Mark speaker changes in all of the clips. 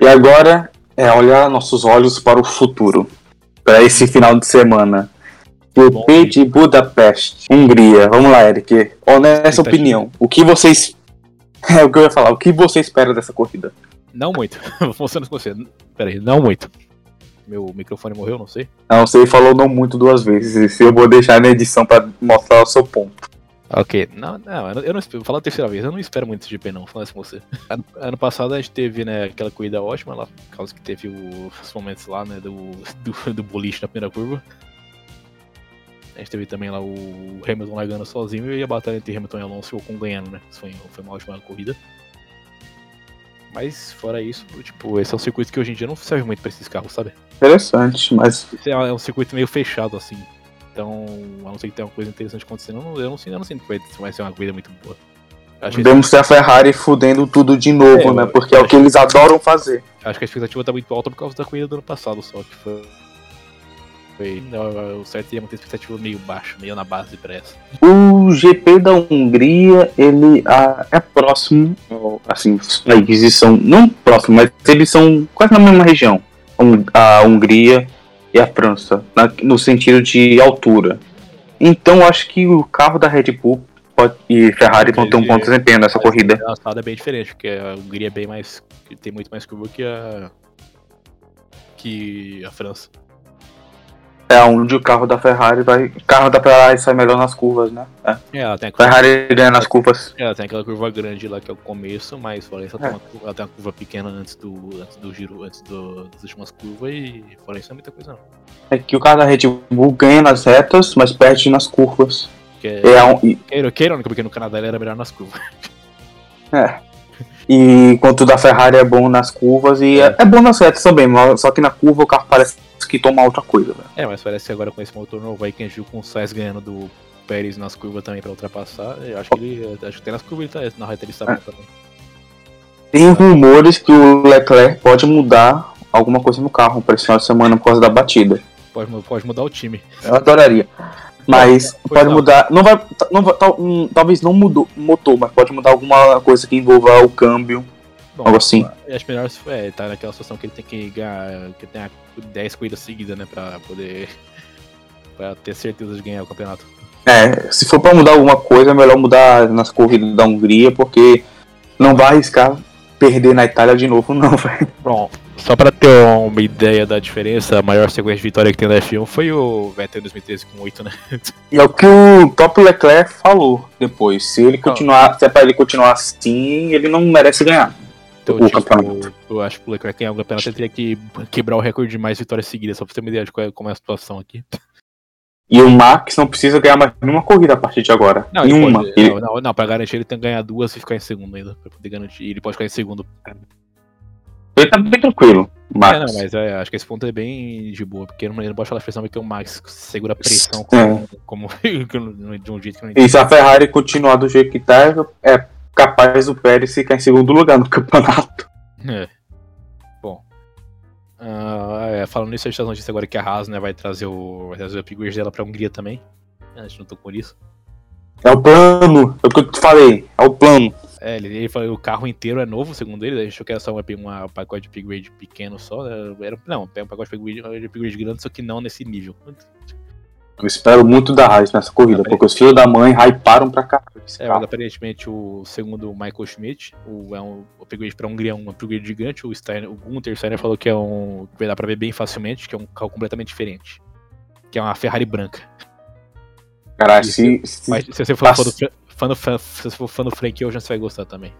Speaker 1: E agora é olhar nossos olhos para o futuro, para esse final de semana. UP de Budapeste, Hungria. Vamos lá, Eric. Honesta
Speaker 2: Budapeste.
Speaker 1: opinião. O que vocês. É o que eu ia falar. O que você espera dessa corrida?
Speaker 2: Não muito. Vou funcionando com você. Pera aí, não muito. Meu microfone morreu, não sei.
Speaker 1: Não sei, falou não muito duas vezes. Isso eu vou deixar na edição para mostrar o seu ponto.
Speaker 2: Ok. Não, não, eu não- eu não espero. Falar a terceira vez, eu não espero muito esse GP, não. Falando isso com você. Ano, ano passado a gente teve, né, aquela corrida ótima lá, por causa que teve o- os momentos lá, né, do, do, do boliche na primeira curva. A gente teve também lá o Hamilton largando sozinho e a batalha entre Hamilton e Alonso ficou com ganhando, né? Isso foi, foi uma ótima corrida. Mas fora isso, tipo, esse é um circuito que hoje em dia não serve muito pra esses carros, sabe?
Speaker 1: Interessante, mas
Speaker 2: Esse é é um circuito meio fechado, assim. Então, a não ser que tenha uma coisa interessante acontecendo, eu não, eu não, sei- eu não sinto que vai, vai ser uma corrida muito boa. Eu Acho que,
Speaker 1: Vemos a Ferrari fudendo tudo de novo,
Speaker 2: É,
Speaker 1: né?
Speaker 2: eu-
Speaker 1: Porque é o que eles adoram fazer.
Speaker 2: acho que a expectativa tá muito alta por causa da corrida do ano passado, só que foi. foi não, o certo ia manter a expectativa meio baixa, meio na base pra essa.
Speaker 1: O GP da Hungria, ele ah, é próximo, ao- assim, os países são, não próximo, mas eles são quase na mesma região, a Hun- a Hungria e a França, na- no sentido de altura. Então acho que o carro da Red Bull pode- e Ferrari vão ter um bom desempenho nessa corrida.
Speaker 2: A estrada é bem diferente, porque a Hungria é bem mais. tem muito mais curva que a. que a França.
Speaker 1: É onde o carro da Ferrari vai, o carro da Ferrari sai melhor nas curvas, né? É.
Speaker 2: É, ela tem a curva
Speaker 1: Ferrari ganha nas curvas.
Speaker 2: Ela É, tem aquela curva grande lá que é o começo, mas Florença tem,
Speaker 1: É.
Speaker 2: uma, curva- ela tem uma curva pequena antes do, antes do giro, antes do- das últimas curvas e Florença não é muita coisa não.
Speaker 1: É que o carro da Red Bull ganha nas retas, mas perde nas curvas.
Speaker 2: Porque é,
Speaker 1: É um- e,
Speaker 2: queira, queira ou não, porque no Canadá ele era melhor nas curvas.
Speaker 1: e enquanto o da Ferrari é bom nas curvas e é, é bom nas retas também, mas só que na curva o carro parece que toma outra coisa. velho.
Speaker 2: É, mas parece que agora com esse motor novo aí, quem viu com o Sainz ganhando do Pérez nas curvas também pra ultrapassar, eu acho que ele, acho que até nas curvas ele tá, na reta
Speaker 1: É.
Speaker 2: ele está bom também.
Speaker 1: Tem rumores que o Leclerc pode mudar alguma coisa no carro para esse final de semana por causa da batida.
Speaker 2: Pode, mu- pode mudar o time.
Speaker 1: Eu adoraria. Mas
Speaker 2: Pois
Speaker 1: pode
Speaker 2: não.
Speaker 1: mudar. Não vai, ta- não vai- tal- hum, talvez não mudou o motor, mas pode mudar alguma coisa que envolva o câmbio,
Speaker 2: Bom,
Speaker 1: algo assim.
Speaker 2: eu acho melhor se é, tá naquela situação que ele tem que ganhar, que tem 10 corridas seguidas, né, pra poder... pra ter certeza de ganhar o campeonato.
Speaker 1: É, se for pra mudar alguma coisa, é melhor mudar nas corridas da Hungria, porque não vai arriscar perder na Itália de novo, não, velho.
Speaker 2: Bom, só pra ter uma ideia da diferença, a maior sequência de vitória que tem da F1 foi o Vettel em 2013 com 8, né?
Speaker 1: E é o que o próprio Leclerc falou depois. Se ele continuar, se é pra ele continuar assim, ele não merece ganhar.
Speaker 2: Então,
Speaker 1: O
Speaker 2: tipo,
Speaker 1: campeonato.
Speaker 2: eu acho que o Leclerc ganhar o campeonato ele teria que quebrar o recorde de mais vitórias seguidas, só pra você ter uma ideia de qual é- como é a situação aqui.
Speaker 1: E o Max não precisa ganhar mais nenhuma corrida a partir de agora.
Speaker 2: ele
Speaker 1: nenhuma.
Speaker 2: pode-
Speaker 1: Ele-
Speaker 2: não, não, não, pra garantir ele tem que ganhar duas e ficar em segundo ainda, pra poder garantir. Ele pode ficar em segundo.
Speaker 1: Ele tá bem tranquilo, o Max.
Speaker 2: É, não, mas é, acho que esse ponto é bem de boa, porque não, não pode falar de pressão, porque o Max segura a pressão
Speaker 1: É.
Speaker 2: como, como- de um jeito que não
Speaker 1: E se a Ferrari continuar do jeito que tá, é capaz o Pérez ficar em segundo lugar no campeonato.
Speaker 2: É. Bom. Ah, é, falando nisso, a gente tá notícia agora que a Haas né, vai trazer o. Vai trazer o upgrade dela pra Hungria também. A gente não tocou nisso.
Speaker 1: É o plano. É o que eu te falei. É o plano.
Speaker 2: É, ele, ele falou que o carro inteiro é novo, segundo ele. A gente achou que era só um up- uma pacote de upgrade pequeno só. né, Era, não, é um pacote de upgrade, de upgrade grande, só que não nesse nível.
Speaker 1: Eu espero muito da Haas nessa corrida, porque os filhos da mãe hyparam pra caralho. esse
Speaker 2: É, mas
Speaker 1: carro.
Speaker 2: aparentemente o segundo o Michael Schmidt, o, é um upgrade pra Hungria, é um upgrade gigante. O, Steiner, o Gunther Steiner falou que é um. que vai dar pra ver bem facilmente, que é um carro completamente diferente. Que é uma Ferrari branca.
Speaker 1: Caralho, se, se-
Speaker 2: Mas se você for fã do,
Speaker 1: Passa.
Speaker 2: Fra- fã do, fã, se você for fã do Frank Ocean, você vai gostar também.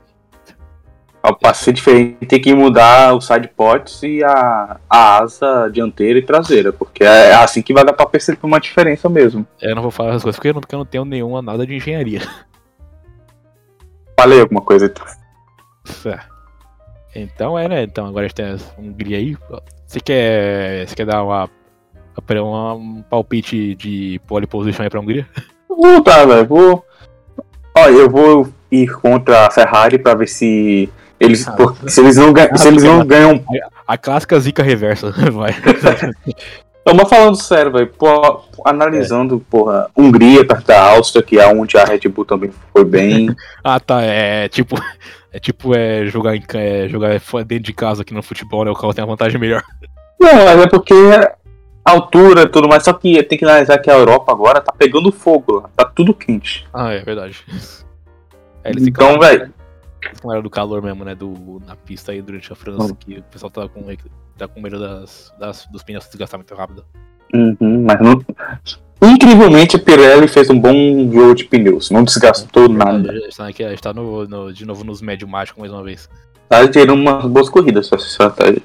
Speaker 1: ó, pra ser diferente, tem que mudar o side pots e a, a asa dianteira e traseira, porque é assim que vai dar pra perceber uma diferença mesmo.
Speaker 2: Eu não vou falar essas coisas porque eu não, porque eu não tenho nenhuma nada de engenharia.
Speaker 1: Falei alguma coisa então.
Speaker 2: Certo. É. então é, né? Então agora a gente tem a Hungria aí. Você quer, você quer dar uma, uma, uma- um palpite de pole position aí pra Hungria?
Speaker 1: Vou tá, velho. Vou. Ó, eu vou ir contra a Ferrari pra ver se. Eles,
Speaker 2: Ah,
Speaker 1: porque se eles não, ganham, se eles não ganham
Speaker 2: A clássica zica reversa, vai.
Speaker 1: Não, mas falando sério, velho, pô, analisando, porra, Hungria perto da Áustria, que é onde a Red Bull também foi bem.
Speaker 2: Ah tá, é tipo, É tipo é, jogar, em, ca- é, jogar fora- dentro de casa aqui no futebol, né? O carro tem uma vantagem melhor.
Speaker 1: Não, mas é porque a altura e tudo mais, só que tem que analisar que a Europa agora tá pegando fogo lá, tá tudo quente.
Speaker 2: Ah, é verdade. É, eles
Speaker 1: Então,
Speaker 2: ficaram-
Speaker 1: velho,
Speaker 2: Não era do calor mesmo, né? Do, na pista aí durante a França,
Speaker 1: Hum.
Speaker 2: que o pessoal tá com, tá com medo das, das, dos pneus se desgastar muito rápido.
Speaker 1: uhum, mas não... incrivelmente a Pirelli fez um bom jogo de pneus, não desgastou nada.
Speaker 2: A gente tá, aqui, a gente tá no, no- de novo nos médio mágicos mais uma vez.
Speaker 1: Tá gerando umas boas corridas pra essa estratégia.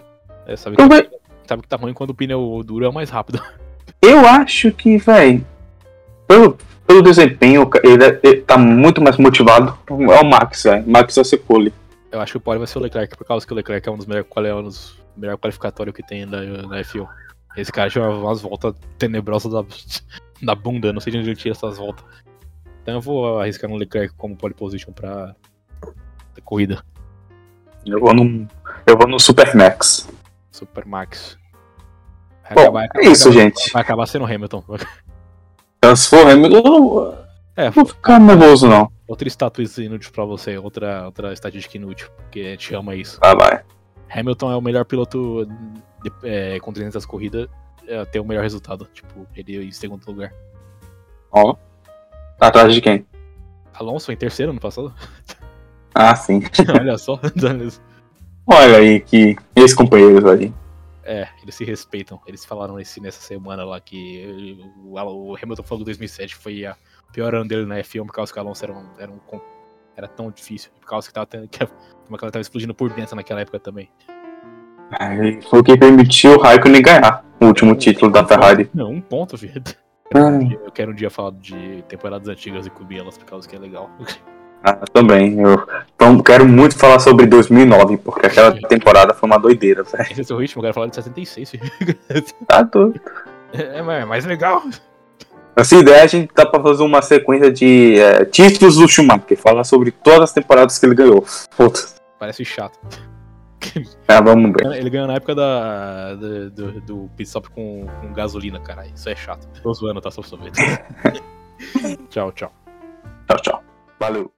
Speaker 2: É, sabe,
Speaker 1: Então, velho,
Speaker 2: que, sabe que tá ruim quando o pneu duro é o mais rápido.
Speaker 1: eu acho que, velho, pelo, pelo desempenho, ele, é- ele tá muito mais motivado. É o Max, velho. Max vai ser pole.
Speaker 2: Eu acho que o pole vai ser o Leclerc, por causa que o Leclerc é um dos melhores, qual é um dos melhores qualificatórios que tem na, na F1. Esse cara tinha umas voltas tenebrosas da, da bunda, não sei de onde ele tira essas voltas. Então eu vou arriscar no Leclerc como pole position pra corrida.
Speaker 1: Eu vou no, eu vou no Super Max.
Speaker 2: Super Max. Vai
Speaker 1: Bom,
Speaker 2: vai
Speaker 1: é isso, gente.
Speaker 2: Vai acabar sendo o Hamilton.
Speaker 1: Então, se for Hamilton, eu não
Speaker 2: É,
Speaker 1: vou ficar nervoso, não.
Speaker 2: outra estatística inútil pra você, outra, outra estatística inútil, porque a gente ama isso.
Speaker 1: Vai, Tá, vai.
Speaker 2: Hamilton é o melhor piloto de, é, com 300 corridas é, ter o melhor resultado. Tipo, ele em segundo lugar.
Speaker 1: Ó. Tá atrás de quem?
Speaker 2: Alonso em terceiro ano passado?
Speaker 1: Ah, sim.
Speaker 2: Olha só.
Speaker 1: Olha aí que ex-companheiros ali.
Speaker 2: é, eles se respeitam. Eles falaram esse, nessa semana lá que o, Al- o Hamilton falou que 2007 foi a pior ano dele na F1 por causa que o Alonso era, um, era, um com- era tão difícil. Por causa que tava tendo que a- como é que ela tava explodindo por dentro naquela época também.
Speaker 1: Aí Foi o que permitiu o Raikkonen ganhar o último título da Ferrari.
Speaker 2: Não, um ponto, filho.
Speaker 1: Ah,
Speaker 2: Eu quero um dia falar de temporadas antigas e cobrir elas por causa que é legal.
Speaker 1: ah, também. Eu então, quero muito falar sobre 2009, porque aquela temporada foi uma doideira, velho.
Speaker 2: Esse é o seu ritmo, eu quero falar de 76, filho.
Speaker 1: Tá doido.
Speaker 2: É, mas é mais legal.
Speaker 1: Essa ideia a gente dá pra fazer uma sequência de é, títulos do Schumacher. Falar sobre todas as temporadas que ele ganhou. Foda-se.
Speaker 2: Parece chato.
Speaker 1: Ah, vamos ver.
Speaker 2: Ele ganhou na época da, do, do, do pit stop com, com gasolina, cara. Isso é chato. Tô zoando, tá? Só sorvete. tchau, tchau.
Speaker 1: Tchau, tchau. Valeu.